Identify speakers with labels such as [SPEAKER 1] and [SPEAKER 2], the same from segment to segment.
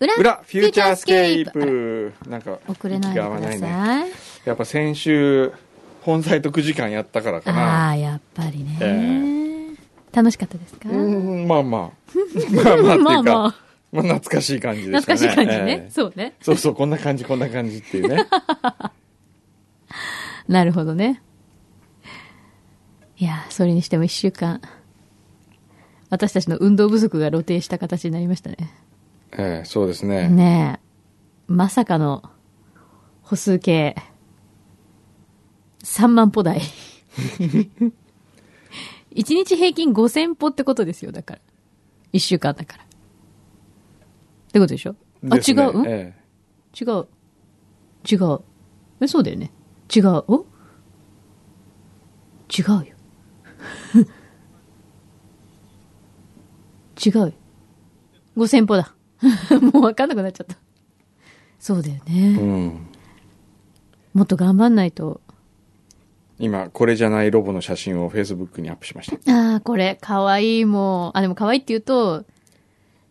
[SPEAKER 1] 裏
[SPEAKER 2] 裏フューチャースケープなんか
[SPEAKER 1] 遅れな
[SPEAKER 2] 息
[SPEAKER 1] いで
[SPEAKER 2] が合わ
[SPEAKER 1] くだ
[SPEAKER 2] ないね
[SPEAKER 1] さい。
[SPEAKER 2] やっぱ先週本サイト9時間やったからか
[SPEAKER 1] あ
[SPEAKER 2] な
[SPEAKER 1] あ、やっぱりね、
[SPEAKER 2] え
[SPEAKER 1] 楽しかったですか、
[SPEAKER 2] うーんまあまあまあまあっていうか
[SPEAKER 1] まあま
[SPEAKER 2] まあ
[SPEAKER 1] あ
[SPEAKER 2] 懐かしい感じで
[SPEAKER 1] 懐
[SPEAKER 2] したね
[SPEAKER 1] かしい感じね、
[SPEAKER 2] ええ
[SPEAKER 1] そうね。
[SPEAKER 2] そうそうこんな感じこんな感じっていう ね
[SPEAKER 1] なるほどね。いやー、それにしても一週間、私たちの運動不足が露呈した形になりましたね。
[SPEAKER 2] ええそうですね
[SPEAKER 1] ねえ、まさかの歩数計、3万歩台。 一日平均5000歩ってことですよ、だから。一週間だから。ってことでしょあ、
[SPEAKER 2] です
[SPEAKER 1] 違
[SPEAKER 2] ね
[SPEAKER 1] う、ん
[SPEAKER 2] ええ
[SPEAKER 1] 違う。違う。え、そうだよね。違う。お違うよ。 違うよ。5000歩だ。 もうわかんなくなっちゃった。そうだよね。
[SPEAKER 2] うん
[SPEAKER 1] もっと頑張んないと。
[SPEAKER 2] 今これじゃないロボの写真をフェイスブックにアップしました
[SPEAKER 1] ああ、これ、かわいい、もう。あ、でもかわいいって言うと、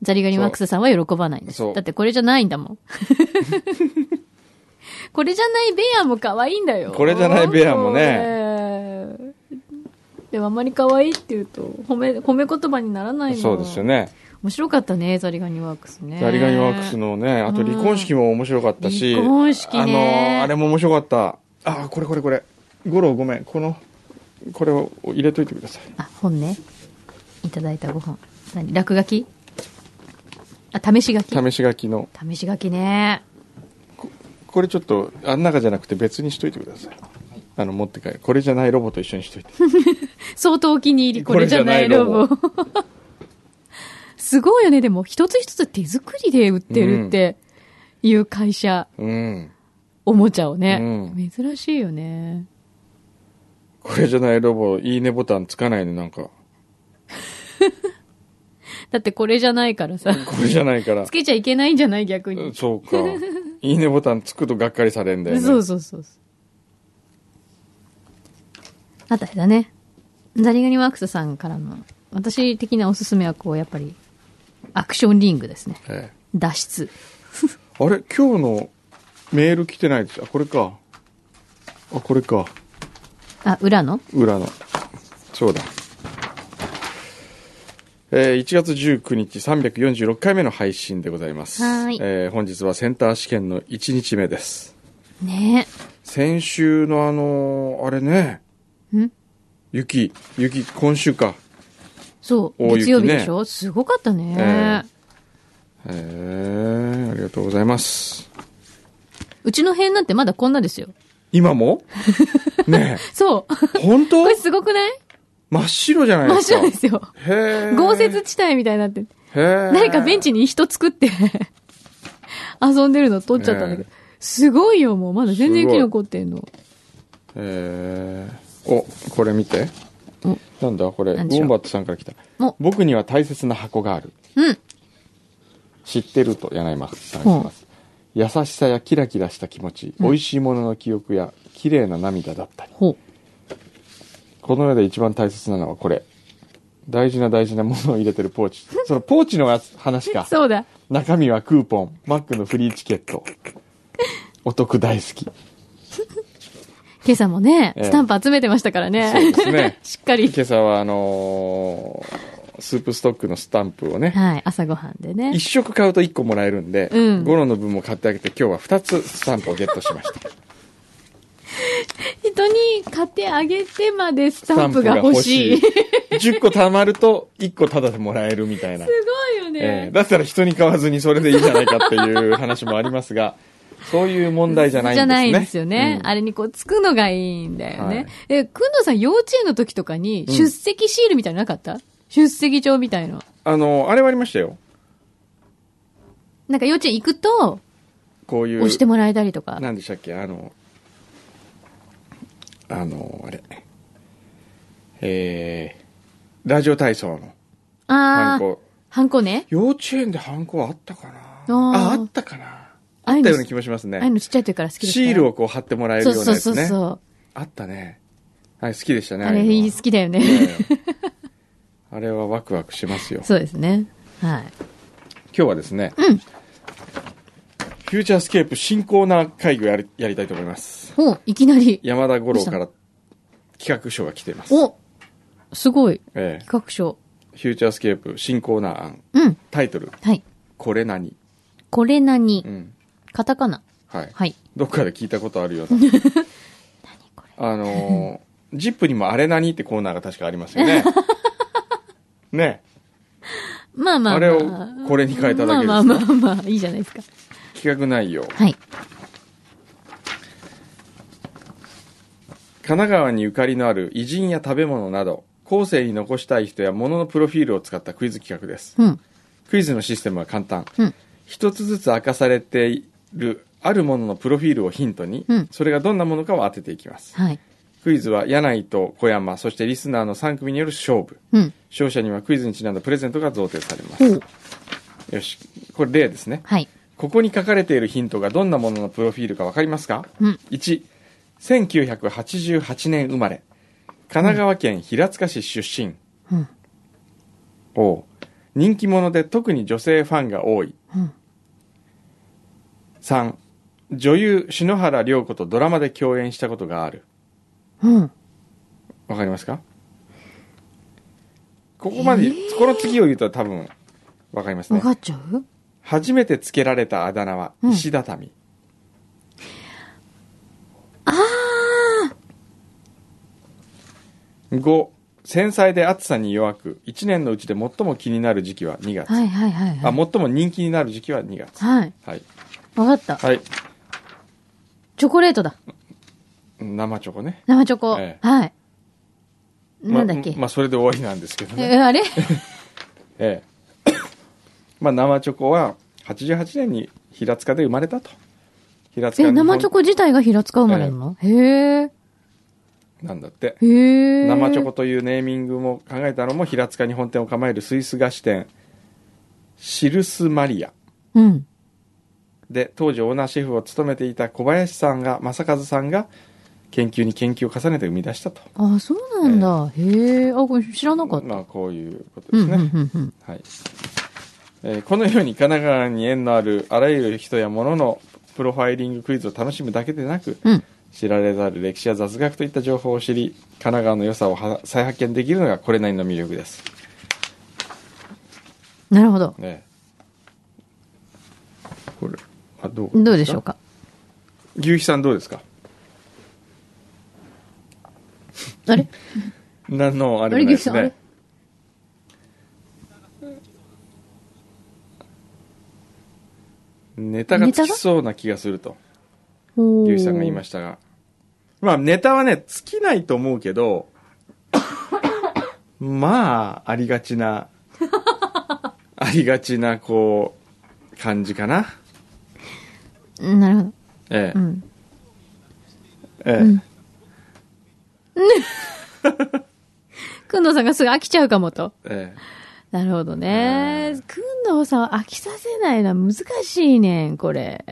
[SPEAKER 1] ザリガニマックスさんは喜ばないんです
[SPEAKER 2] そ。う
[SPEAKER 1] だってこれじゃないん だもん。これじゃないベアもかわいいんだよ。
[SPEAKER 2] これじゃないベアも
[SPEAKER 1] ね。でもあんまりかわいいって言うと、褒め、褒め言葉にならないの
[SPEAKER 2] そうですよ。ね
[SPEAKER 1] 面白かったね、ザリガニワークスね。
[SPEAKER 2] ザリガニワークス。のね、あと離婚式も面白かったし、
[SPEAKER 1] 離婚式ね
[SPEAKER 2] あの、あれも面白かった。あ、これこれこれ。ゴロごめん、この、これを入れといてください。
[SPEAKER 1] あ、本ね。いただいたご本。何落書きあ、試し書き
[SPEAKER 2] 試し書きの。
[SPEAKER 1] 試し書きね。
[SPEAKER 2] これちょっと、あん中じゃなくて別にしといてください。あの、持って帰る。これじゃないロボと一緒にしとい て。
[SPEAKER 1] 相当お気に入り、これじゃないロボ
[SPEAKER 2] こ。
[SPEAKER 1] すごいよね、でも、一つ一つ手作りで売ってるっていう会社、
[SPEAKER 2] うん。
[SPEAKER 1] おもちゃをね、
[SPEAKER 2] う
[SPEAKER 1] 珍しいよね。
[SPEAKER 2] これじゃないロボ、いいねボタンつかないね、なんか。
[SPEAKER 1] だってこれじゃないからさ、
[SPEAKER 2] これじゃないから
[SPEAKER 1] つ。けちゃいけないんじゃない逆に。
[SPEAKER 2] そう か。いいねボタンつくとがっかりされんだよね。
[SPEAKER 1] そうそうそうそう。あとあれだね。ザリガニワークスさんからの、私的なおすすめはこう、やっぱり、アクションリングですね。
[SPEAKER 2] え
[SPEAKER 1] 脱
[SPEAKER 2] え
[SPEAKER 1] 出。
[SPEAKER 2] あれ今日のメール来てないです。あ、これか。あ、これか。
[SPEAKER 1] あ、裏の
[SPEAKER 2] 裏のそうだ、えー1月19日346回目の配信でございます
[SPEAKER 1] はい
[SPEAKER 2] えー本日はセンター試験の1日目です
[SPEAKER 1] ね
[SPEAKER 2] 先週のあのーあれね
[SPEAKER 1] え。ん
[SPEAKER 2] 雪雪今週か
[SPEAKER 1] そう、
[SPEAKER 2] 大雪ね
[SPEAKER 1] 月曜日でしょすごかったね、
[SPEAKER 2] ええー、ありがとうございます
[SPEAKER 1] うちの辺なんてまだこんなですよ。
[SPEAKER 2] 今 もね
[SPEAKER 1] そう。
[SPEAKER 2] え本当
[SPEAKER 1] これすごくない
[SPEAKER 2] 真っ白じゃない
[SPEAKER 1] 真
[SPEAKER 2] ですか
[SPEAKER 1] っ白ですよ。
[SPEAKER 2] へえ
[SPEAKER 1] 豪雪地帯みたいになって。
[SPEAKER 2] へえ
[SPEAKER 1] 誰かベンチに人作って、遊んでるの撮っちゃったんだけど。すごいよ、もう。まだ全然
[SPEAKER 2] すご
[SPEAKER 1] 生
[SPEAKER 2] い
[SPEAKER 1] き残ってんの。
[SPEAKER 2] えー、おこれ見て
[SPEAKER 1] お
[SPEAKER 2] なんだこれウ
[SPEAKER 1] なんでしょう
[SPEAKER 2] ォンバットさんから来た
[SPEAKER 1] お
[SPEAKER 2] 僕には大切な箱がある
[SPEAKER 1] うん。
[SPEAKER 2] 知ってると柳巻さんが言ってます優しさやキラキラした気持ち、
[SPEAKER 1] うん
[SPEAKER 2] 美味しいものの記憶や綺麗な涙だったり
[SPEAKER 1] ほう。
[SPEAKER 2] この世で一番大切なのはこれ大事な大事なものを入れてるポー チそのポーチのやつ話か
[SPEAKER 1] そうだ。
[SPEAKER 2] 中身はクーポンマックのフリーチケッ トお得大好き
[SPEAKER 1] 今朝もね、
[SPEAKER 2] ええ
[SPEAKER 1] スタンプ集めてましたからね。
[SPEAKER 2] そうですね
[SPEAKER 1] しっかり。
[SPEAKER 2] 今朝はあのースープストックのスタンプをね
[SPEAKER 1] はい、朝ごはんでね
[SPEAKER 2] 一。食買うと一個もらえるんで、
[SPEAKER 1] うん
[SPEAKER 2] ゴロの分も買ってあげて今日は二つスタンプをゲットしました
[SPEAKER 1] 人に買ってあげてまでスタンプが欲しい。
[SPEAKER 2] スタンプが欲しい10個貯まると1個タダでもらえるみたい な、
[SPEAKER 1] すごいよ
[SPEAKER 2] え
[SPEAKER 1] ね
[SPEAKER 2] ー。だったら人に買わずにそれでいいじゃないかっていう話もありますがそういう問題じゃないんですね
[SPEAKER 1] ですよね。
[SPEAKER 2] うん
[SPEAKER 1] あれにこう、つくのがいいんだよね。
[SPEAKER 2] はい
[SPEAKER 1] え、くんのさん幼稚園の時とかに、
[SPEAKER 2] ん
[SPEAKER 1] 出席シールみたいなのなかった、出席帳みたいの。
[SPEAKER 2] あのあれはありましたよ
[SPEAKER 1] なんか幼稚園行くと、
[SPEAKER 2] こういう
[SPEAKER 1] 押してもらえたりとか。
[SPEAKER 2] 何でしたっけあのあのあれえー、ラジオ体操のハ
[SPEAKER 1] あ
[SPEAKER 2] ン
[SPEAKER 1] あ、
[SPEAKER 2] コ
[SPEAKER 1] ハンコね。
[SPEAKER 2] 幼稚園でハンコはあったか
[SPEAKER 1] ー
[SPEAKER 2] なああったかな
[SPEAKER 1] ああ
[SPEAKER 2] あ
[SPEAKER 1] いう
[SPEAKER 2] っ
[SPEAKER 1] の
[SPEAKER 2] たような気もします
[SPEAKER 1] ああいう
[SPEAKER 2] ね
[SPEAKER 1] のちっちゃい時から好きでした
[SPEAKER 2] シールをこう貼ってもらえる
[SPEAKER 1] そう
[SPEAKER 2] ような
[SPEAKER 1] そう
[SPEAKER 2] や
[SPEAKER 1] そ
[SPEAKER 2] つ
[SPEAKER 1] う
[SPEAKER 2] ね
[SPEAKER 1] そう。
[SPEAKER 2] あったねはい、好きでしたね。あ
[SPEAKER 1] あ
[SPEAKER 2] あ
[SPEAKER 1] れ、
[SPEAKER 2] いうのは
[SPEAKER 1] 好きだよね。
[SPEAKER 2] ええあれはワクワクしますよ。
[SPEAKER 1] そうですね。は
[SPEAKER 2] 今
[SPEAKER 1] い。
[SPEAKER 2] 日はですね、フューチャースケープ新コーナー会議をやりやりたいと思います。
[SPEAKER 1] お、いきなり。
[SPEAKER 2] 山田五郎から企画書が来ています。
[SPEAKER 1] お、すごい。
[SPEAKER 2] ええ
[SPEAKER 1] 企画書。
[SPEAKER 2] フューチャースケープ新コーナー案、
[SPEAKER 1] うん。
[SPEAKER 2] タイトル、
[SPEAKER 1] はい。
[SPEAKER 2] これ何
[SPEAKER 1] これなに
[SPEAKER 2] う。ん。
[SPEAKER 1] カタカナ。
[SPEAKER 2] はい。
[SPEAKER 1] はい。
[SPEAKER 2] どっかで聞いたことあるよ うな。あのー、ジップにもあれ何ってコーナーが確かありますよ ね。ね。
[SPEAKER 1] まあまあ、まあ。
[SPEAKER 2] あれをこれに変えただけですか
[SPEAKER 1] まあまあまあまあ、いいじゃないですか。
[SPEAKER 2] 企画内容。
[SPEAKER 1] はい。
[SPEAKER 2] 神奈川にゆかりのある偉人や食べ物など後世に残したい人や物のプロフィールを使ったクイズ企画です
[SPEAKER 1] うん。
[SPEAKER 2] クイズのシステムは簡単
[SPEAKER 1] うん。
[SPEAKER 2] 一つずつ明かされているあるもののプロフィールをヒントに、
[SPEAKER 1] うん
[SPEAKER 2] それがどんなものかを当てていきます
[SPEAKER 1] はい。
[SPEAKER 2] クイズは柳井と小山そしてリスナーの3組による勝負
[SPEAKER 1] うん。
[SPEAKER 2] 勝者にはクイズにちなんだプレゼントが贈呈されます
[SPEAKER 1] ほう。
[SPEAKER 2] よしこれ例ですね
[SPEAKER 1] はい。
[SPEAKER 2] ここに書かれているヒントがどんなもののプロフィールかわかりますか
[SPEAKER 1] うん。
[SPEAKER 2] 11988年生まれ神奈川県平塚市出身、
[SPEAKER 1] うん。
[SPEAKER 2] おう人気者で特に女性ファンが多い、
[SPEAKER 1] うん
[SPEAKER 2] 3女優篠原涼子とドラマで共演したことがある
[SPEAKER 1] うん。
[SPEAKER 2] わかりますかここまで、この次を言うと多分わかります
[SPEAKER 1] わ
[SPEAKER 2] ね
[SPEAKER 1] かっちゃう
[SPEAKER 2] 初めてつけられたあだ名は
[SPEAKER 1] うん
[SPEAKER 2] 石畳、5繊細で暑さに弱く1年のうちで最も気になる時期は2月、
[SPEAKER 1] はいはいはい
[SPEAKER 2] あ最
[SPEAKER 1] はい。
[SPEAKER 2] も人気になる時期は2月
[SPEAKER 1] はい。
[SPEAKER 2] はい、
[SPEAKER 1] わかった。
[SPEAKER 2] はい、
[SPEAKER 1] チョコレートだ。
[SPEAKER 2] 生チョコね
[SPEAKER 1] 生チョコ。
[SPEAKER 2] え
[SPEAKER 1] はい。
[SPEAKER 2] ま
[SPEAKER 1] なんだっけ。
[SPEAKER 2] まあそれで終わりなんですけどね
[SPEAKER 1] え、あれ
[SPEAKER 2] ええ まあ生チョコは88年に平塚で生まれたと平塚
[SPEAKER 1] え、
[SPEAKER 2] 日本
[SPEAKER 1] 生チョコ自体が平塚生まれなのへえ。
[SPEAKER 2] なんだって
[SPEAKER 1] へえ。
[SPEAKER 2] 生チョコというネーミングも考えたのも平塚に本店を構えるスイス菓子店シルスマリア
[SPEAKER 1] うん。
[SPEAKER 2] で当時オーナーシェフを務めていた小林さんが正和さんが研究に研究を重ねて生み出したと
[SPEAKER 1] あ、そうなんだ。へえ。あ、これ知らなかった。
[SPEAKER 2] まあ、こういうこと
[SPEAKER 1] う
[SPEAKER 2] です
[SPEAKER 1] ん、うん、
[SPEAKER 2] ね、
[SPEAKER 1] うん、うん。
[SPEAKER 2] はいえーこのように神奈川に縁のあるあらゆる人や物のプロファイリングクイズを楽しむだけでなく、
[SPEAKER 1] うん。
[SPEAKER 2] 知られざる歴史や雑学といった情報を知り神奈川の良さをは再発見できるのがこれなりの魅力です、
[SPEAKER 1] なるほど。
[SPEAKER 2] ねえ、これあどうですか
[SPEAKER 1] どうでしょうか。
[SPEAKER 2] 牛肥さんどうですか
[SPEAKER 1] あれ
[SPEAKER 2] 何のあれもないです
[SPEAKER 1] あれ
[SPEAKER 2] ねネタがつきそうな気がすると
[SPEAKER 1] お
[SPEAKER 2] 牛肥さんが言いま
[SPEAKER 1] し
[SPEAKER 2] したがまあネタはね尽きないと思うけど まあありがちな ありがちなこう感じかな
[SPEAKER 1] た。うんなるほど。
[SPEAKER 2] ええ、
[SPEAKER 1] うん。
[SPEAKER 2] ええ
[SPEAKER 1] くんのさんがすぐ飽きちゃうかもと。
[SPEAKER 2] ええ
[SPEAKER 1] なるほどね。くんのさんを飽きさせないのは難しいねん、これ。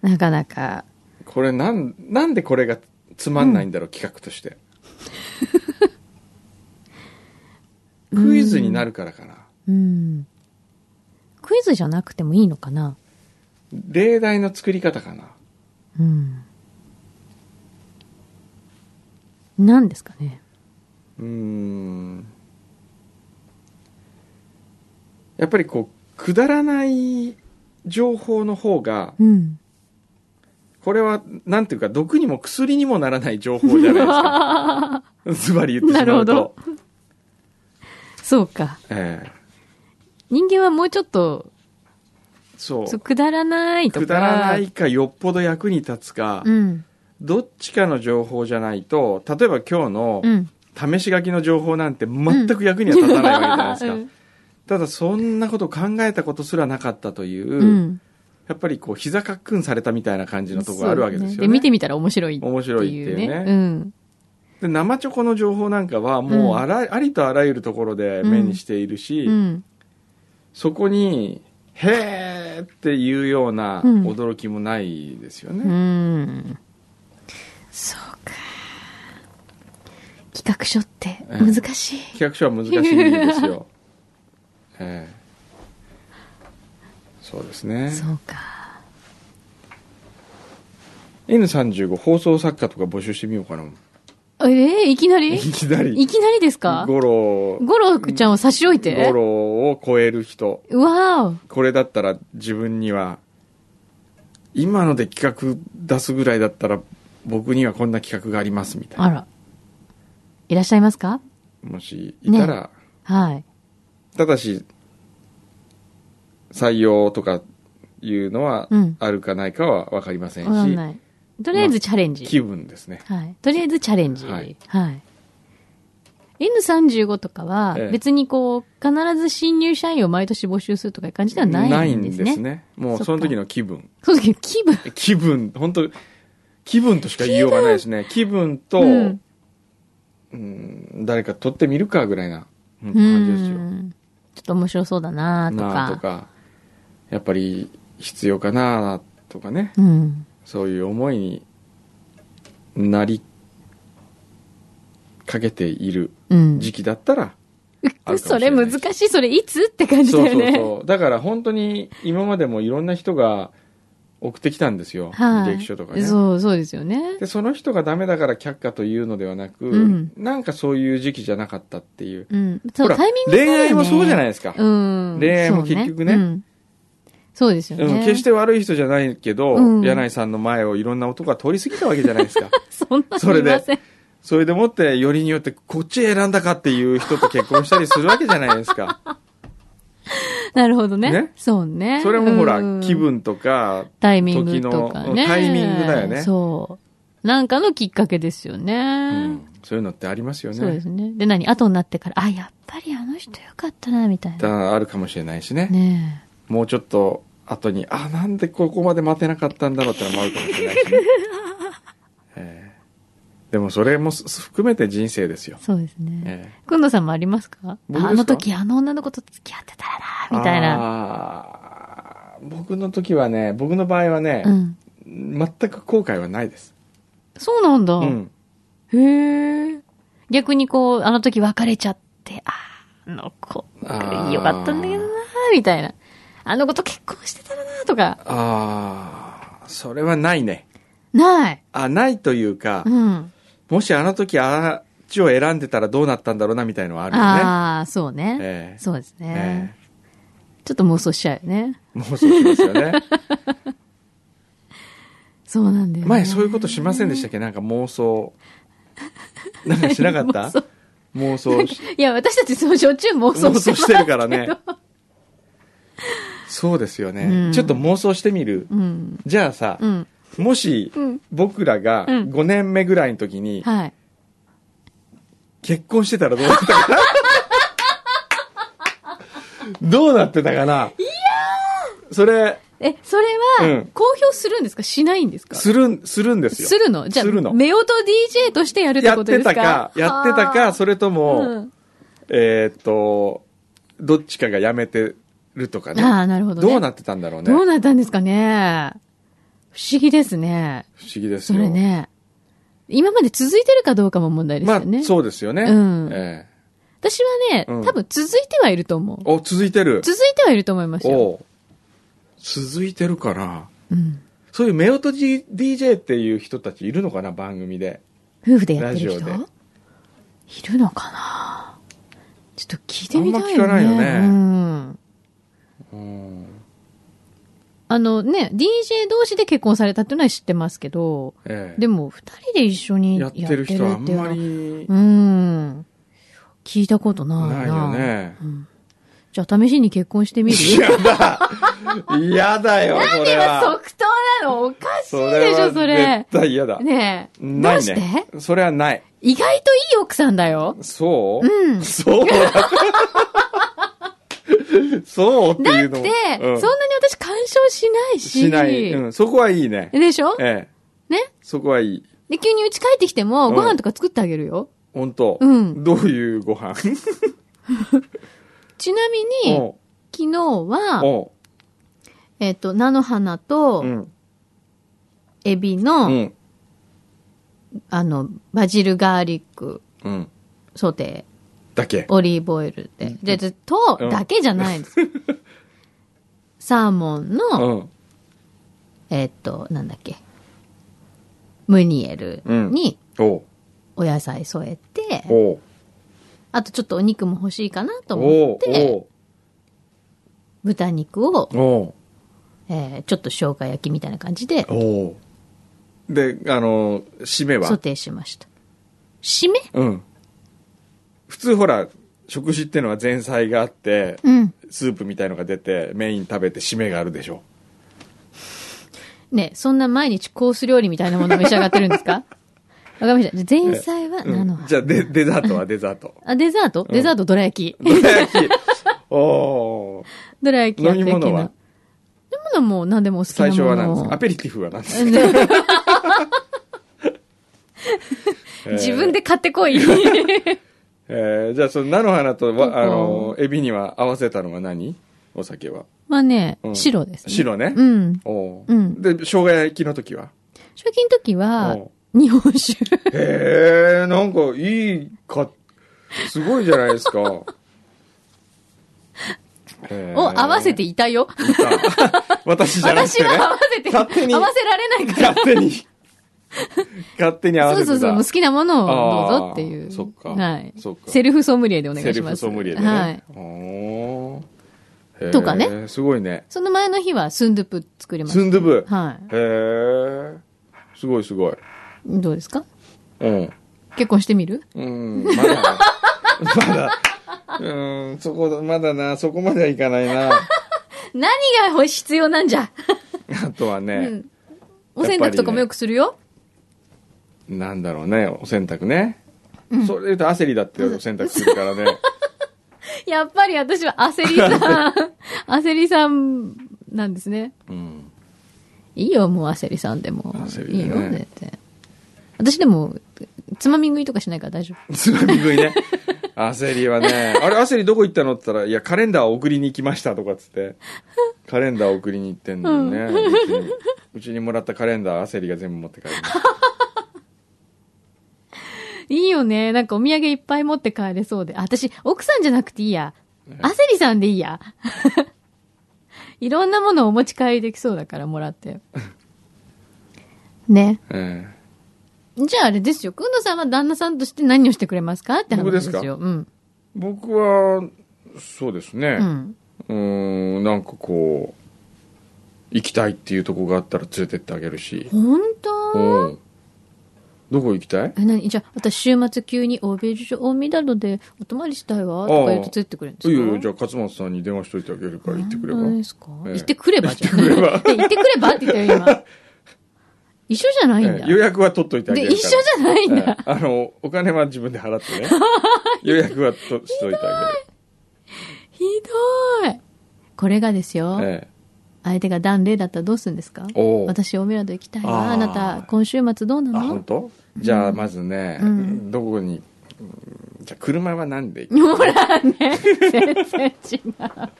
[SPEAKER 1] なかなか。
[SPEAKER 2] これなんなんでこれがつまんないんだろう、企画として クイズになるからかな
[SPEAKER 1] うん。クイズじゃなくてもいいのかな
[SPEAKER 2] 例題の作り方かな
[SPEAKER 1] うん。なんですかね。
[SPEAKER 2] うーんやっぱりこうくだらない情報の方が
[SPEAKER 1] うん。
[SPEAKER 2] これはなんていうか毒にも薬にもならない情報じゃないですかズバリ言ってしまう
[SPEAKER 1] なる
[SPEAKER 2] と
[SPEAKER 1] ほ、そうか。
[SPEAKER 2] ええ
[SPEAKER 1] 人間はもうちょっと、
[SPEAKER 2] そう
[SPEAKER 1] そうくだらないとか。
[SPEAKER 2] くだらない。かよっぽど役に立つか、
[SPEAKER 1] うん。
[SPEAKER 2] どっちかの情報じゃないと例えば今日
[SPEAKER 1] うん。
[SPEAKER 2] の試し書きの情報なんて全く役には立たないわけじゃないですか、
[SPEAKER 1] うん
[SPEAKER 2] ただそんなこと考えたことすらなかったという、
[SPEAKER 1] うん。
[SPEAKER 2] やっぱりこう膝かっくんされたみたいな感じのところあるわけですよ
[SPEAKER 1] そう
[SPEAKER 2] ね
[SPEAKER 1] で、見てみたら面白いっていう、ね。
[SPEAKER 2] 面白いっていうね
[SPEAKER 1] うん。
[SPEAKER 2] で生チョコの情報なんかはもうあら、ありとあらゆるところで目にしているし、
[SPEAKER 1] うん。
[SPEAKER 2] そこに「へーっていうような
[SPEAKER 1] うん
[SPEAKER 2] 驚きもないですよね、
[SPEAKER 1] うん。そうか。企画書って難しい。
[SPEAKER 2] 企画書は難しいんです よええそうですね
[SPEAKER 1] そうか。
[SPEAKER 2] N35 放送作家とか募集してみようかな
[SPEAKER 1] ええいきなり
[SPEAKER 2] いきなり
[SPEAKER 1] いきなりですか
[SPEAKER 2] 五郎
[SPEAKER 1] ゴロちゃんを差し置いて
[SPEAKER 2] 五郎を超える人
[SPEAKER 1] わー
[SPEAKER 2] これだったら自分には今ので企画出すぐらいだったら僕にはこんな企画がありますみたい
[SPEAKER 1] おあ
[SPEAKER 2] な
[SPEAKER 1] ら。いらっしゃいますか
[SPEAKER 2] もしいたら、
[SPEAKER 1] はい。
[SPEAKER 2] ただし採用とかいうのは
[SPEAKER 1] うん
[SPEAKER 2] あるかないかは分かりません
[SPEAKER 1] わかん
[SPEAKER 2] し、
[SPEAKER 1] ない。とりあえずチャレンジ。
[SPEAKER 2] 気分ですね
[SPEAKER 1] はい。とりあえずチャレンジ。は
[SPEAKER 2] はいい。
[SPEAKER 1] N35 とかは
[SPEAKER 2] ええ、
[SPEAKER 1] 別にこう、必ず新入社員を毎年募集するとかいう感じではないんですね。
[SPEAKER 2] ないも
[SPEAKER 1] そっか
[SPEAKER 2] うその時の気分
[SPEAKER 1] そうですけど、気分。
[SPEAKER 2] 気分本当気分としか言いようがないですね気分と、
[SPEAKER 1] う
[SPEAKER 2] うんん、誰か撮ってみるかぐらいなうん感じですよ
[SPEAKER 1] うん。ちょっと面白そうだなと
[SPEAKER 2] なあ
[SPEAKER 1] か。
[SPEAKER 2] とかやっぱり必要かなあとかね
[SPEAKER 1] うん。
[SPEAKER 2] そういう思いになりかけている
[SPEAKER 1] うん。
[SPEAKER 2] 時期だったら、あるか
[SPEAKER 1] そ
[SPEAKER 2] もし
[SPEAKER 1] れ
[SPEAKER 2] れない
[SPEAKER 1] 難しい。それいつって感じ
[SPEAKER 2] そう
[SPEAKER 1] だよ
[SPEAKER 2] そう
[SPEAKER 1] ね。
[SPEAKER 2] そうだから本当に今までもいろんな人が送ってきたんですよ、
[SPEAKER 1] はい。
[SPEAKER 2] 履歴書とかね
[SPEAKER 1] そう、そうですよね。
[SPEAKER 2] でその人がダメだから却下というのではなく、
[SPEAKER 1] うん
[SPEAKER 2] なんかそういう時期じゃなかったっていう
[SPEAKER 1] うん。そ
[SPEAKER 2] ほ
[SPEAKER 1] う、
[SPEAKER 2] ら
[SPEAKER 1] タイミング
[SPEAKER 2] 恋愛もそうじゃない
[SPEAKER 1] い
[SPEAKER 2] ですか、
[SPEAKER 1] うん。
[SPEAKER 2] 恋愛も結局ね
[SPEAKER 1] そううんそうですよ
[SPEAKER 2] うん
[SPEAKER 1] ね。
[SPEAKER 2] 決して悪い人じゃないけど、
[SPEAKER 1] うん
[SPEAKER 2] 柳井さんの前をいろんな男が通り過ぎたわけじゃないですか
[SPEAKER 1] そんな
[SPEAKER 2] そ
[SPEAKER 1] にい
[SPEAKER 2] れで
[SPEAKER 1] ません。
[SPEAKER 2] それでもってよりによってこっち選んだかっていう人と結婚したりするわけじゃないですか
[SPEAKER 1] なるほどね。
[SPEAKER 2] ね
[SPEAKER 1] そうね。
[SPEAKER 2] それもほら
[SPEAKER 1] うん
[SPEAKER 2] 気、分とか
[SPEAKER 1] タイミングとか
[SPEAKER 2] 時のう
[SPEAKER 1] ね。
[SPEAKER 2] んタイミングだよね
[SPEAKER 1] そう。なんかのきっかけですよね。
[SPEAKER 2] うんそういうのってありますよね。
[SPEAKER 1] そうですね。で、何後になってから、あ、やっぱりあの人よかったな、みたいな。
[SPEAKER 2] だあるかもしれないしね。
[SPEAKER 1] ね
[SPEAKER 2] もうちょっと後に、あ、なんでここまで待てなかったんだろうってのもあるかもしれない しね。ええでもそれもす含めて人生ですよ
[SPEAKER 1] え。そうですね。
[SPEAKER 2] え
[SPEAKER 1] くんどさんもありますか
[SPEAKER 2] 僕ですか
[SPEAKER 1] あの時あの女の子と付き合ってたら
[SPEAKER 2] え
[SPEAKER 1] な、みたいな。
[SPEAKER 2] あー僕の時はね、僕の場合はね
[SPEAKER 1] う、ん。
[SPEAKER 2] 全く後悔はないです。
[SPEAKER 1] そうなんだ。
[SPEAKER 2] うん。
[SPEAKER 1] へえ。逆にこう、あの時別れちゃって、あーあの子、
[SPEAKER 2] あー
[SPEAKER 1] よかったんだけどな、みたいな。あの子と結婚してたらな、とか。
[SPEAKER 2] ああ、それはないね。
[SPEAKER 1] ない。
[SPEAKER 2] あ、ないというか
[SPEAKER 1] う、ん。
[SPEAKER 2] もしあの時あっちを選んでたらどうなったんだろうなみたいのはあるよね。
[SPEAKER 1] ああ、そうね、
[SPEAKER 2] ええ
[SPEAKER 1] そうです
[SPEAKER 2] え
[SPEAKER 1] ね、ちょっと妄想しちゃうよね。
[SPEAKER 2] えもうそうしますよね。
[SPEAKER 1] そうなんだよ、ね。
[SPEAKER 2] 前そういうことしませんでしたっけなんか妄想。なんかしなかった
[SPEAKER 1] 妄想
[SPEAKER 2] 妄想し
[SPEAKER 1] いや、私たちそうしょっちゅう妄想
[SPEAKER 2] 妄
[SPEAKER 1] して
[SPEAKER 2] 想
[SPEAKER 1] ます
[SPEAKER 2] してるからね。そうですよ
[SPEAKER 1] う
[SPEAKER 2] ね
[SPEAKER 1] ん。
[SPEAKER 2] ちょっと妄想してみる。
[SPEAKER 1] うん。
[SPEAKER 2] じゃあさ
[SPEAKER 1] う、ん。
[SPEAKER 2] もし
[SPEAKER 1] うん
[SPEAKER 2] 僕らが
[SPEAKER 1] うん
[SPEAKER 2] 5年目ぐらいの時に
[SPEAKER 1] はい。
[SPEAKER 2] 結婚してたらどうなってたか などうなってたかないやそれ、
[SPEAKER 1] え、それ
[SPEAKER 2] う
[SPEAKER 1] は
[SPEAKER 2] ん、
[SPEAKER 1] 公表するんですかしないんですか
[SPEAKER 2] するん、するんですよ。
[SPEAKER 1] するのじゃあ、
[SPEAKER 2] するの
[SPEAKER 1] 目音 DJ としてやるって
[SPEAKER 2] や
[SPEAKER 1] こ
[SPEAKER 2] っ
[SPEAKER 1] とで
[SPEAKER 2] て
[SPEAKER 1] すか
[SPEAKER 2] たか、やってたか、、それと
[SPEAKER 1] はあ
[SPEAKER 2] も、
[SPEAKER 1] うん
[SPEAKER 2] えーっと、どっちかが辞めてるとかね。
[SPEAKER 1] ああ、なるほど、ね。
[SPEAKER 2] どうなってたんだろうね。
[SPEAKER 1] どうなったんですかね不思議ですね。
[SPEAKER 2] 不思議です
[SPEAKER 1] そ
[SPEAKER 2] よ。
[SPEAKER 1] れね。今まで続いてるかどうかも問題です
[SPEAKER 2] ま
[SPEAKER 1] よ
[SPEAKER 2] あ
[SPEAKER 1] ね。、
[SPEAKER 2] そうですよね。
[SPEAKER 1] うん
[SPEAKER 2] ええ
[SPEAKER 1] 私はね、
[SPEAKER 2] うん
[SPEAKER 1] 多分続いてはいると思う。
[SPEAKER 2] お、続いてる。
[SPEAKER 1] 続いてはいると思いますよ。
[SPEAKER 2] おう続いてるかな。
[SPEAKER 1] うん、
[SPEAKER 2] そういう夫婦 G- DJ っていう人たちいるのかな、番組で。
[SPEAKER 1] 夫婦でやってる人
[SPEAKER 2] ラジオで
[SPEAKER 1] いるのかなちょっと聞いてみたいよね。
[SPEAKER 2] あんま聞かないよね
[SPEAKER 1] うん。
[SPEAKER 2] うん
[SPEAKER 1] あのね、DJ 同士で結婚されたっていうのは知ってますけど、
[SPEAKER 2] ええ
[SPEAKER 1] でも二人で一緒にや
[SPEAKER 2] や
[SPEAKER 1] っ
[SPEAKER 2] ってて
[SPEAKER 1] る
[SPEAKER 2] る
[SPEAKER 1] っていう
[SPEAKER 2] 人
[SPEAKER 1] の
[SPEAKER 2] は
[SPEAKER 1] は
[SPEAKER 2] あんまり
[SPEAKER 1] うん。聞いたことな
[SPEAKER 2] ないい
[SPEAKER 1] な。
[SPEAKER 2] よね
[SPEAKER 1] う。んじゃあ試しに結婚してみる
[SPEAKER 2] やだやだよ、それ
[SPEAKER 1] 今
[SPEAKER 2] は。
[SPEAKER 1] 即答なのおかしいでしょ、それ
[SPEAKER 2] は絶。対嫌だ。
[SPEAKER 1] ねえ。
[SPEAKER 2] な
[SPEAKER 1] どう
[SPEAKER 2] い
[SPEAKER 1] して
[SPEAKER 2] ね。それはない。
[SPEAKER 1] 意外といい奥さんだよ。
[SPEAKER 2] そう
[SPEAKER 1] うん。
[SPEAKER 2] そう だそうっていうのもうん
[SPEAKER 1] で、そんなに私干渉しないし。
[SPEAKER 2] しない、うん。そこはいいね。
[SPEAKER 1] でしょ
[SPEAKER 2] ええ。
[SPEAKER 1] ね
[SPEAKER 2] そこはいい。
[SPEAKER 1] で、急に家帰ってきても、
[SPEAKER 2] うん
[SPEAKER 1] ご飯とか作ってあげるよ。
[SPEAKER 2] 本当、
[SPEAKER 1] うん
[SPEAKER 2] どういうご飯
[SPEAKER 1] ちなみに、
[SPEAKER 2] おう
[SPEAKER 1] 昨日は、
[SPEAKER 2] お
[SPEAKER 1] えっと、菜の花と
[SPEAKER 2] うう、ん。
[SPEAKER 1] エビ
[SPEAKER 2] う
[SPEAKER 1] の、
[SPEAKER 2] ん。
[SPEAKER 1] あの、バジルガーリック
[SPEAKER 2] うん。
[SPEAKER 1] ソテー、
[SPEAKER 2] だけ。
[SPEAKER 1] オリーブオイルで。で、ずっと
[SPEAKER 2] うん
[SPEAKER 1] だけじゃない んです。サーモン
[SPEAKER 2] う
[SPEAKER 1] の、
[SPEAKER 2] ん。
[SPEAKER 1] えっと、なんだっけ、ムニエルに
[SPEAKER 2] おう。
[SPEAKER 1] お野菜添えて、
[SPEAKER 2] おう。
[SPEAKER 1] あとちょっとお肉も欲しいかなと
[SPEAKER 2] お
[SPEAKER 1] 思っ
[SPEAKER 2] う。
[SPEAKER 1] て、豚肉を、
[SPEAKER 2] おう。
[SPEAKER 1] えーちょっと生姜焼きみたいな感じで、
[SPEAKER 2] おう。で、あの、締め
[SPEAKER 1] ソ
[SPEAKER 2] は
[SPEAKER 1] テーしました。締め
[SPEAKER 2] うん。普通ほら、食事ってのは前菜があって、
[SPEAKER 1] うん。
[SPEAKER 2] スープみたいのが出て、メイン食べて締めがあるでしょ。
[SPEAKER 1] ねえそんな毎日コース料理みたいなもの召し上がってるんです かわかりました。じゃあ前菜は
[SPEAKER 2] う
[SPEAKER 1] 菜の
[SPEAKER 2] ん、
[SPEAKER 1] 花。。
[SPEAKER 2] じゃあ、デデザートはデザート
[SPEAKER 1] あ、デザート、デザートどら焼き。
[SPEAKER 2] どら焼 き。おー
[SPEAKER 1] どら焼き
[SPEAKER 2] 飲み物は
[SPEAKER 1] 飲み物も何でもお好きな
[SPEAKER 2] 最初
[SPEAKER 1] ものを
[SPEAKER 2] は何ですかアペリティフは何ですか
[SPEAKER 1] 自分で買っ てこい。
[SPEAKER 2] えーじゃあ、その菜の花とわ、あ
[SPEAKER 1] こ
[SPEAKER 2] の、
[SPEAKER 1] こ
[SPEAKER 2] エビには合わせたのは何お酒は。
[SPEAKER 1] まあね、
[SPEAKER 2] うん
[SPEAKER 1] 白です、ね。。
[SPEAKER 2] 白ね。
[SPEAKER 1] うん。
[SPEAKER 2] おー
[SPEAKER 1] うん
[SPEAKER 2] で、生姜焼きの時 は
[SPEAKER 1] 初期の時は
[SPEAKER 2] お、
[SPEAKER 1] 日本酒。
[SPEAKER 2] へえ、なんかいいか、すごいじゃないです か。を
[SPEAKER 1] を合わせていたよ。
[SPEAKER 2] いた。 私じゃなく
[SPEAKER 1] 私
[SPEAKER 2] て、ね。
[SPEAKER 1] は合わせて、合わ
[SPEAKER 2] 勝手に
[SPEAKER 1] せられないから。
[SPEAKER 2] 勝手に。勝手に合わせ
[SPEAKER 1] そう
[SPEAKER 2] てた。
[SPEAKER 1] そうそう、もう好きなものをどうぞってい
[SPEAKER 2] あ
[SPEAKER 1] う。
[SPEAKER 2] ーそっか
[SPEAKER 1] はい。
[SPEAKER 2] そっか
[SPEAKER 1] セルフソムリエでお願いします。
[SPEAKER 2] セルフソムリエでね。
[SPEAKER 1] はい。
[SPEAKER 2] おーへー
[SPEAKER 1] とかね。
[SPEAKER 2] すごいね。
[SPEAKER 1] その前の日はスンドゥプ作りました。
[SPEAKER 2] スンドゥブ。
[SPEAKER 1] は
[SPEAKER 2] へえ。すごいすごい。
[SPEAKER 1] い。どうですか
[SPEAKER 2] うん。
[SPEAKER 1] 結婚してみる
[SPEAKER 2] うん、ま だ、まだ、うん、そこ、まだな、そこまではいかないな。
[SPEAKER 1] 何が必要 なんじゃ、
[SPEAKER 2] あとは
[SPEAKER 1] う
[SPEAKER 2] ね、
[SPEAKER 1] ん、お洗濯とかもよくするよ。
[SPEAKER 2] なんだろうね、お洗濯ね。それで言うと、アセリだってお洗濯するから ね。
[SPEAKER 1] やっぱり私は焦りさん、 焦りさんなんですね。
[SPEAKER 2] うん。
[SPEAKER 1] いいよ、もう焦りさんでも。
[SPEAKER 2] 焦
[SPEAKER 1] い
[SPEAKER 2] り
[SPEAKER 1] い
[SPEAKER 2] で
[SPEAKER 1] よ、
[SPEAKER 2] ね
[SPEAKER 1] 全然。私でも、つまみ食いとかしないから大丈夫。
[SPEAKER 2] つまみ食いね。アセリはね、あれ、アセリどこ行ったのって言ったら、いや、カレンダーを送りに行きましたとかっつって、カレンダーを送りに行ってんのにね、うちにうちにもらったカレンダー、アセリが全部持って帰る。
[SPEAKER 1] いいよね。なんかお土産いっぱい持って帰れそうで。あ私、奥さんじゃなくていいや。アセリさんでいいや。 いろんなものをお持ち帰りできそうだからもら って。ね。
[SPEAKER 2] え
[SPEAKER 1] じゃああれですよ。くんのさんは旦那さんとして何をしてくれますかって話
[SPEAKER 2] 僕
[SPEAKER 1] で
[SPEAKER 2] ですす
[SPEAKER 1] よ。
[SPEAKER 2] か
[SPEAKER 1] うん。
[SPEAKER 2] え僕は、そうですね。
[SPEAKER 1] うん。
[SPEAKER 2] うーんなんかこう行きたいっていうとこがあったら連れてってあげるし
[SPEAKER 1] 本
[SPEAKER 2] う
[SPEAKER 1] 当
[SPEAKER 2] んどこ行きたい
[SPEAKER 1] え、何じゃあ、私週末急にオーベルジュ・オーミダドでお泊まりしたいわ、とか言うとついてくれるんです
[SPEAKER 2] い
[SPEAKER 1] か
[SPEAKER 2] いよじゃあ勝松さんに電話しといてあげるから行ってくれば
[SPEAKER 1] 本当ですか、
[SPEAKER 2] ええ
[SPEAKER 1] 行ってくればじゃん。
[SPEAKER 2] 行ってくれば
[SPEAKER 1] え行ってくればって言った よ、今。一緒じゃないん
[SPEAKER 2] え
[SPEAKER 1] だ。
[SPEAKER 2] え予約は取っといてあげ
[SPEAKER 1] で、
[SPEAKER 2] るから
[SPEAKER 1] 一緒じゃないんだ。
[SPEAKER 2] ええあのお金は自分で払って ね予約はとしといてあ
[SPEAKER 1] ひどい。これがですよ
[SPEAKER 2] げ、るええ
[SPEAKER 1] 相手がダン・レイだったらどうするんですか
[SPEAKER 2] おう
[SPEAKER 1] 私、オミラド行きたいわ。
[SPEAKER 2] あー
[SPEAKER 1] あなた、今週末どうな
[SPEAKER 2] あ本
[SPEAKER 1] の
[SPEAKER 2] 当じゃあまずね、
[SPEAKER 1] うん
[SPEAKER 2] どこにうんじゃあ車は何で行く
[SPEAKER 1] ほらね、全然違う。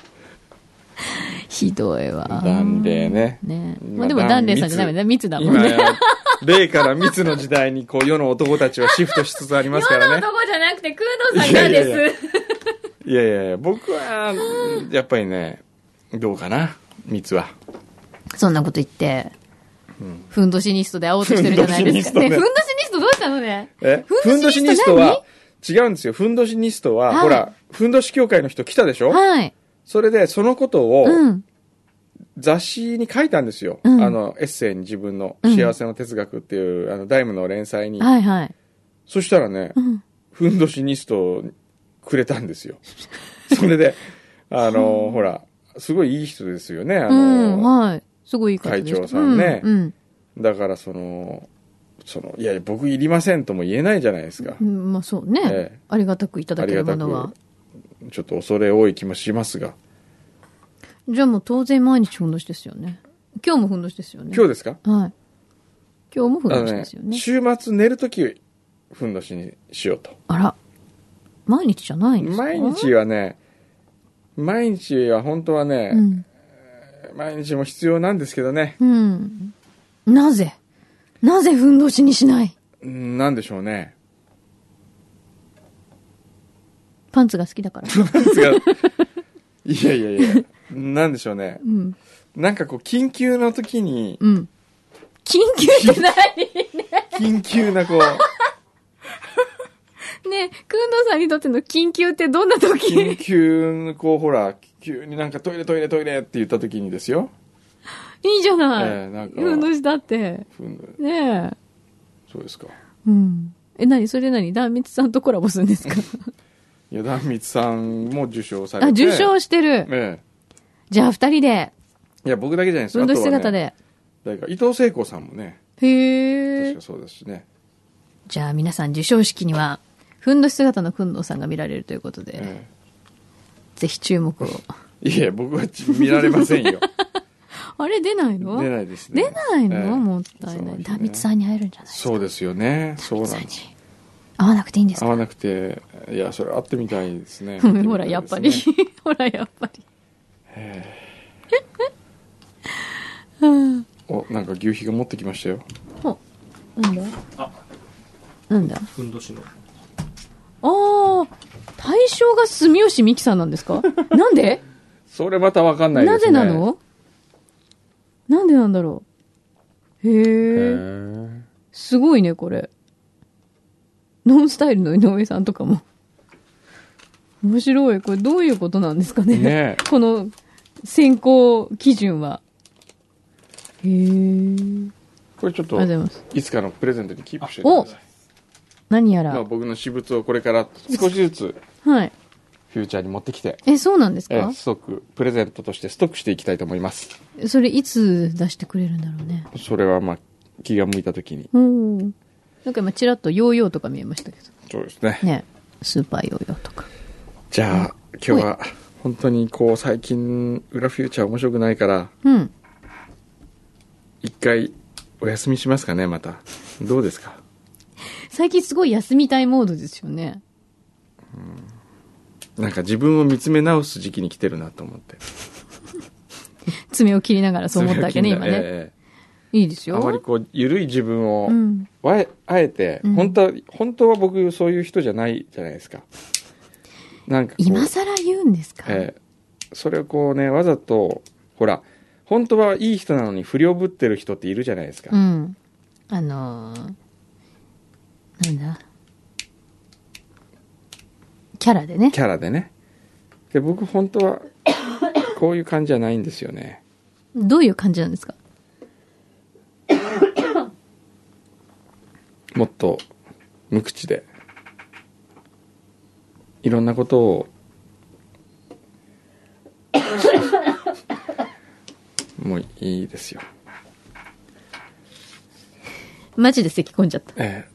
[SPEAKER 1] ひどいわ。
[SPEAKER 2] なんでね
[SPEAKER 1] ねま
[SPEAKER 2] ま
[SPEAKER 1] あ
[SPEAKER 2] あ
[SPEAKER 1] でも、ダンレイさんじゃダメだ。密だもん
[SPEAKER 2] 今
[SPEAKER 1] ね。
[SPEAKER 2] や、霊から密の時代に、こう、世の男たちはシフトしつつありますか
[SPEAKER 1] 世の
[SPEAKER 2] らね。
[SPEAKER 1] 男じゃなくて、クードさんがです。
[SPEAKER 2] いやいやいいやいやいや、僕は、やっぱりね、どうかな、密は。
[SPEAKER 1] そんなこと言って、ふんどしニストで会おうとしてるじゃないですか。ね、
[SPEAKER 2] ふん
[SPEAKER 1] ふ
[SPEAKER 2] ど
[SPEAKER 1] ん
[SPEAKER 2] しニストね
[SPEAKER 1] どしニストどうしたのね。
[SPEAKER 2] え
[SPEAKER 1] ふんどしニスト
[SPEAKER 2] は、違うんですよ。ふんどしニストは、
[SPEAKER 1] はい
[SPEAKER 2] ほら、ふんどし協会の人来たでしょ、
[SPEAKER 1] はい。
[SPEAKER 2] それで、そのことを、
[SPEAKER 1] うん。
[SPEAKER 2] 雑誌に書いたんですよ。
[SPEAKER 1] うん
[SPEAKER 2] あの、エッセイに自分の、
[SPEAKER 1] うん
[SPEAKER 2] 幸せの哲学っていう、あの、ダイムの連載に。
[SPEAKER 1] はいはい。
[SPEAKER 2] そしたらね、
[SPEAKER 1] うん。
[SPEAKER 2] ふんどしニストをくれたん ですよ。それで、あの、ほら、すごいいい人ですよね。あ
[SPEAKER 1] う
[SPEAKER 2] の、
[SPEAKER 1] ん、はい。すごいいい方でした。
[SPEAKER 2] 会長さんね
[SPEAKER 1] うん。
[SPEAKER 2] だからその、その、いや、僕いりませんとも言えないじゃないですか
[SPEAKER 1] う。んまあそうね、
[SPEAKER 2] ええ
[SPEAKER 1] ありがたくいただ
[SPEAKER 2] あ
[SPEAKER 1] け
[SPEAKER 2] り
[SPEAKER 1] る
[SPEAKER 2] が
[SPEAKER 1] も
[SPEAKER 2] た
[SPEAKER 1] のは
[SPEAKER 2] く。。ちょっと恐れ多い気もしますが。
[SPEAKER 1] じゃあもう当然毎日ふんどしですよね。今日もふんどしですよね。
[SPEAKER 2] 今日ですか
[SPEAKER 1] はい。今日もふん
[SPEAKER 2] あの
[SPEAKER 1] どし
[SPEAKER 2] ね
[SPEAKER 1] ですよ、ね。
[SPEAKER 2] 週末寝るとき、ふんどしにしようと。
[SPEAKER 1] あら。毎日じゃないんですか
[SPEAKER 2] 毎日はね、毎日は本当はね、
[SPEAKER 1] うん。
[SPEAKER 2] 毎日も必要なんですけどね、
[SPEAKER 1] うん。なぜなぜふんどしにしない
[SPEAKER 2] うんなんでしょうね。
[SPEAKER 1] パンツが好き だから。
[SPEAKER 2] 違ういやいやいやなんでしょうね
[SPEAKER 1] うん。
[SPEAKER 2] なんかこう緊急の時に
[SPEAKER 1] うん。緊急って何
[SPEAKER 2] 緊急なこう
[SPEAKER 1] ねえ、くんどうさんにとっての緊急ってどんな
[SPEAKER 2] 緊
[SPEAKER 1] 時
[SPEAKER 2] 急のこうほら急になんかトイレトイレトイレって言った時にですよ、
[SPEAKER 1] いいじゃない。
[SPEAKER 2] ええなんか
[SPEAKER 1] ふんどしだって。
[SPEAKER 2] ふん
[SPEAKER 1] ねえ。
[SPEAKER 2] そうですか
[SPEAKER 1] うん。え、何それ何壇蜜さんとコラボする んですか
[SPEAKER 2] いや壇蜜さんも受賞され
[SPEAKER 1] あ、
[SPEAKER 2] て
[SPEAKER 1] 受賞して
[SPEAKER 2] え
[SPEAKER 1] る。
[SPEAKER 2] え
[SPEAKER 1] じゃあ二人で、
[SPEAKER 2] いや僕だけじゃないです
[SPEAKER 1] ふんどし
[SPEAKER 2] あとは
[SPEAKER 1] 姿
[SPEAKER 2] ね
[SPEAKER 1] で。
[SPEAKER 2] 誰か伊藤聖子さんもね
[SPEAKER 1] へ
[SPEAKER 2] 確
[SPEAKER 1] え
[SPEAKER 2] か。そうですしね、
[SPEAKER 1] じゃあ皆さん受賞式には、ふんどし姿のくんどうさんが見られるということで、
[SPEAKER 2] え
[SPEAKER 1] ぜひ 注目を。
[SPEAKER 2] えいや僕はち見られませ んよ
[SPEAKER 1] あれ出ないの
[SPEAKER 2] 出ないですね
[SPEAKER 1] 出ない
[SPEAKER 2] え
[SPEAKER 1] の、
[SPEAKER 2] え
[SPEAKER 1] もったいな
[SPEAKER 2] そ
[SPEAKER 1] い。
[SPEAKER 2] う
[SPEAKER 1] 壇
[SPEAKER 2] ですね
[SPEAKER 1] 蜜さんに会えるんじゃないですか。
[SPEAKER 2] そうですよねそうなんです
[SPEAKER 1] 会わなくていいんです
[SPEAKER 2] 会
[SPEAKER 1] か
[SPEAKER 2] わなくていやそれ会ってみたいですね
[SPEAKER 1] ほら、やっぱり。 ほら、やっぱり。
[SPEAKER 2] おなんか牛皮が持ってきましたよ
[SPEAKER 1] ほなんだ
[SPEAKER 3] あ
[SPEAKER 1] なんだ
[SPEAKER 3] ふんどしの
[SPEAKER 1] あー、対象が住吉美紀さんなんですかなんで
[SPEAKER 2] それまたわかんないです
[SPEAKER 1] な
[SPEAKER 2] ね
[SPEAKER 1] ぜなのなんでなんだろう
[SPEAKER 2] へ
[SPEAKER 1] へえ、
[SPEAKER 2] え
[SPEAKER 1] すごいね、これ。ノンスタイルの井上さんとかも。面白い。これどういうことなんですかね。
[SPEAKER 2] ねえ
[SPEAKER 1] この選考基準は。へえ。
[SPEAKER 2] これちょっ
[SPEAKER 1] ありがとう
[SPEAKER 2] と
[SPEAKER 1] ございます。
[SPEAKER 2] いつかのプレゼントにキープしておいてください
[SPEAKER 1] 何や
[SPEAKER 2] まあ
[SPEAKER 1] ら。
[SPEAKER 2] 僕の私物をこれから少しずつ
[SPEAKER 1] はい。
[SPEAKER 2] フューチャーに持ってきて
[SPEAKER 1] え、そうなんです
[SPEAKER 2] え
[SPEAKER 1] か
[SPEAKER 2] えストックプレゼントとしてストックしていきたいと思います
[SPEAKER 1] それいつ出してくれるんだろうね。
[SPEAKER 2] それはまあ気が向いた時に
[SPEAKER 1] うん。なんか今ちらっとヨーヨーとか見えましたけど。
[SPEAKER 2] そうですね
[SPEAKER 1] ね。スーパーヨーヨーとか。
[SPEAKER 2] じゃあ今日は本当にこう最近裏フューチャー面白くないから
[SPEAKER 1] うん。
[SPEAKER 2] 一回お休みしますかねまたどうですか
[SPEAKER 1] 最近すごい休みたいモードですよね。
[SPEAKER 2] なんか自分を見つめ直す時期に来てるなと思って
[SPEAKER 1] 爪を切りながらそう思ったわけね、
[SPEAKER 2] それ
[SPEAKER 1] 今
[SPEAKER 2] は気になる
[SPEAKER 1] ね。
[SPEAKER 2] ええ
[SPEAKER 1] いいですよ。
[SPEAKER 2] あまりこう緩い自分を、
[SPEAKER 1] うん。
[SPEAKER 2] わえあえて、
[SPEAKER 1] うん
[SPEAKER 2] 本当は本当は僕そういう人じゃないじゃないですかなんかこう
[SPEAKER 1] 今更言うんですか、
[SPEAKER 2] ええそれをこうねわざとほら本当はいい人なのに不良ぶってる人っているじゃないですか、
[SPEAKER 1] うん。あのー、なんだ。キャラでね。
[SPEAKER 2] キャラでねで僕本当はこういう感じじゃないんですよね
[SPEAKER 1] どういう感じなんですか
[SPEAKER 2] もっと無口でいろんなことをもういいですよ
[SPEAKER 1] マジで咳込んじゃった。
[SPEAKER 2] ええ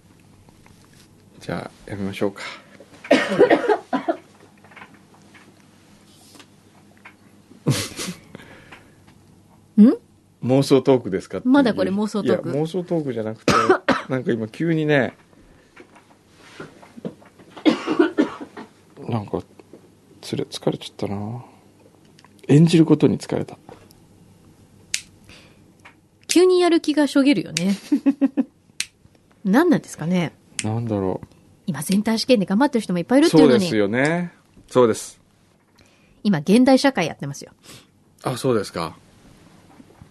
[SPEAKER 2] じゃあやめましょうか
[SPEAKER 1] ん
[SPEAKER 2] 妄想トークですかっていう
[SPEAKER 1] まだこれ妄想トーク
[SPEAKER 2] いや妄想トークじゃなく てなんか今急にねなんかつれ疲れちゃったな演じることに疲れた
[SPEAKER 1] 急にやる気がしょげるよ ね。何なんですかね
[SPEAKER 2] なんだろう
[SPEAKER 1] 今センター試験で頑張ってる人もいっぱいいるってい
[SPEAKER 2] そうう
[SPEAKER 1] の
[SPEAKER 2] です
[SPEAKER 1] に、
[SPEAKER 2] よねそうです
[SPEAKER 1] 今現代社会やってますよ。
[SPEAKER 2] あそうですか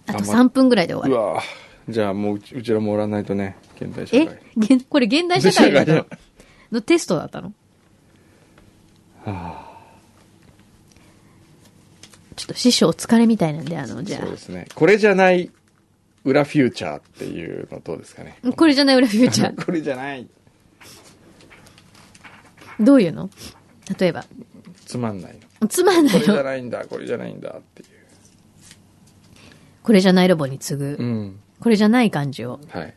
[SPEAKER 1] あ
[SPEAKER 2] 頑張
[SPEAKER 1] と
[SPEAKER 2] っ
[SPEAKER 1] 3分ぐらいで
[SPEAKER 2] う
[SPEAKER 1] 終わる。
[SPEAKER 2] わじゃあもううちうちらもおらないとね現代社
[SPEAKER 1] え
[SPEAKER 2] 会
[SPEAKER 1] げんこれ現代社会だった
[SPEAKER 2] 現代社
[SPEAKER 1] ののテストだったのちょっと師匠お疲れみたいなんで、あの、じゃ
[SPEAKER 2] そうですねこれじゃない裏フューチャーっていうのどうですかね
[SPEAKER 1] あ。これじゃない裏フューチャ ー。
[SPEAKER 2] これじゃない
[SPEAKER 1] どういうの例えば。
[SPEAKER 2] つまんないの
[SPEAKER 1] つまん な
[SPEAKER 2] これ
[SPEAKER 1] い
[SPEAKER 2] じゃ
[SPEAKER 1] よ。
[SPEAKER 2] ないんだこれじゃないんだっていう
[SPEAKER 1] これじゃないロボに次ぐ。
[SPEAKER 2] うん
[SPEAKER 1] これじゃない感じを。
[SPEAKER 2] はい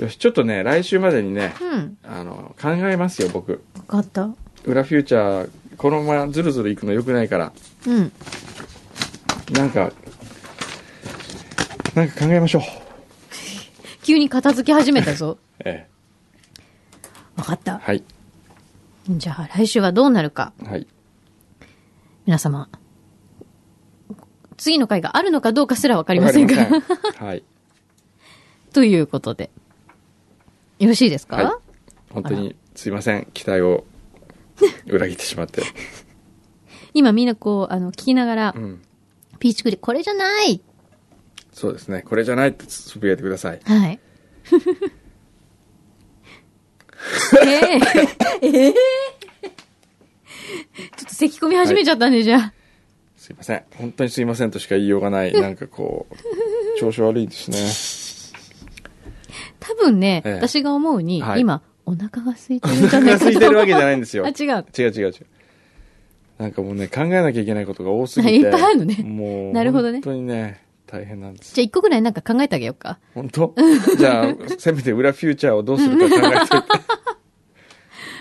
[SPEAKER 2] よしちょっとね来週までにね
[SPEAKER 1] うん。
[SPEAKER 2] あの考えますよ僕
[SPEAKER 1] わかった
[SPEAKER 2] 裏フューチャーこのままズルズルいくのよくないから
[SPEAKER 1] うん。
[SPEAKER 2] なんかなんか考えましょう
[SPEAKER 1] 急に片付け始めたぞ。
[SPEAKER 2] ええ
[SPEAKER 1] わかった。
[SPEAKER 2] はい
[SPEAKER 1] じゃあ来週はどうなるか。
[SPEAKER 2] はい
[SPEAKER 1] 皆様。次の回があるのかどうかすらわか
[SPEAKER 2] あ
[SPEAKER 1] りませんが。
[SPEAKER 2] はい
[SPEAKER 1] ということで。よろしいですか、
[SPEAKER 2] はい本当にすいません期待を裏切ってしまって。
[SPEAKER 1] 今みんなこう、あの、聞きながら
[SPEAKER 2] う、ん。
[SPEAKER 1] ピーチクリ、これじゃない
[SPEAKER 2] そうですね。これじゃないってつぶやいてください。
[SPEAKER 1] はい。え えええちょっと咳込み始めちゃったんで、じゃあ。
[SPEAKER 2] すいません。本当にすいませんとしか言いようがない。なんかこう、調子悪いですね。
[SPEAKER 1] 多分ね、
[SPEAKER 2] ええ
[SPEAKER 1] 私が思うに、
[SPEAKER 2] はい
[SPEAKER 1] 今、お腹が空いて
[SPEAKER 2] お
[SPEAKER 1] るんじゃ
[SPEAKER 2] 腹
[SPEAKER 1] な
[SPEAKER 2] が
[SPEAKER 1] いかと
[SPEAKER 2] 空いてるわけじゃないんですよ。
[SPEAKER 1] あ、違
[SPEAKER 2] 違
[SPEAKER 1] う。
[SPEAKER 2] う違う違う。なんかもうね、考えなきゃいけないことが多すぎて。
[SPEAKER 1] いっぱいあるのね
[SPEAKER 2] もう、
[SPEAKER 1] なるほどね
[SPEAKER 2] 本当にね、大変なんです。
[SPEAKER 1] じゃあ一個ぐらいなんか考えてあげようか。
[SPEAKER 2] 本当 じゃあ、せめて裏フューチャーをどうする か考えて。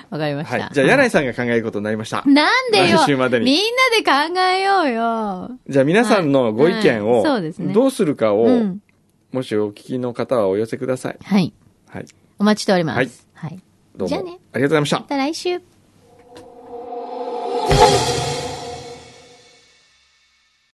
[SPEAKER 1] わかりました。
[SPEAKER 2] はい。じゃあ、柳井さんが考えることになりました。
[SPEAKER 1] なんでよ
[SPEAKER 2] 来週までに
[SPEAKER 1] みんなで考えようよ。
[SPEAKER 2] じゃあ、皆さんのご意見
[SPEAKER 1] はい
[SPEAKER 2] を
[SPEAKER 1] そうです、ね
[SPEAKER 2] どうするかを
[SPEAKER 1] う、ん。
[SPEAKER 2] もしお聞きの方はお寄せください。
[SPEAKER 1] はい。
[SPEAKER 2] はい。
[SPEAKER 1] お待ちしております。はい。
[SPEAKER 2] どうも。
[SPEAKER 1] じゃあ
[SPEAKER 2] あ
[SPEAKER 1] ね
[SPEAKER 2] りがとうございました
[SPEAKER 1] ま。た来週。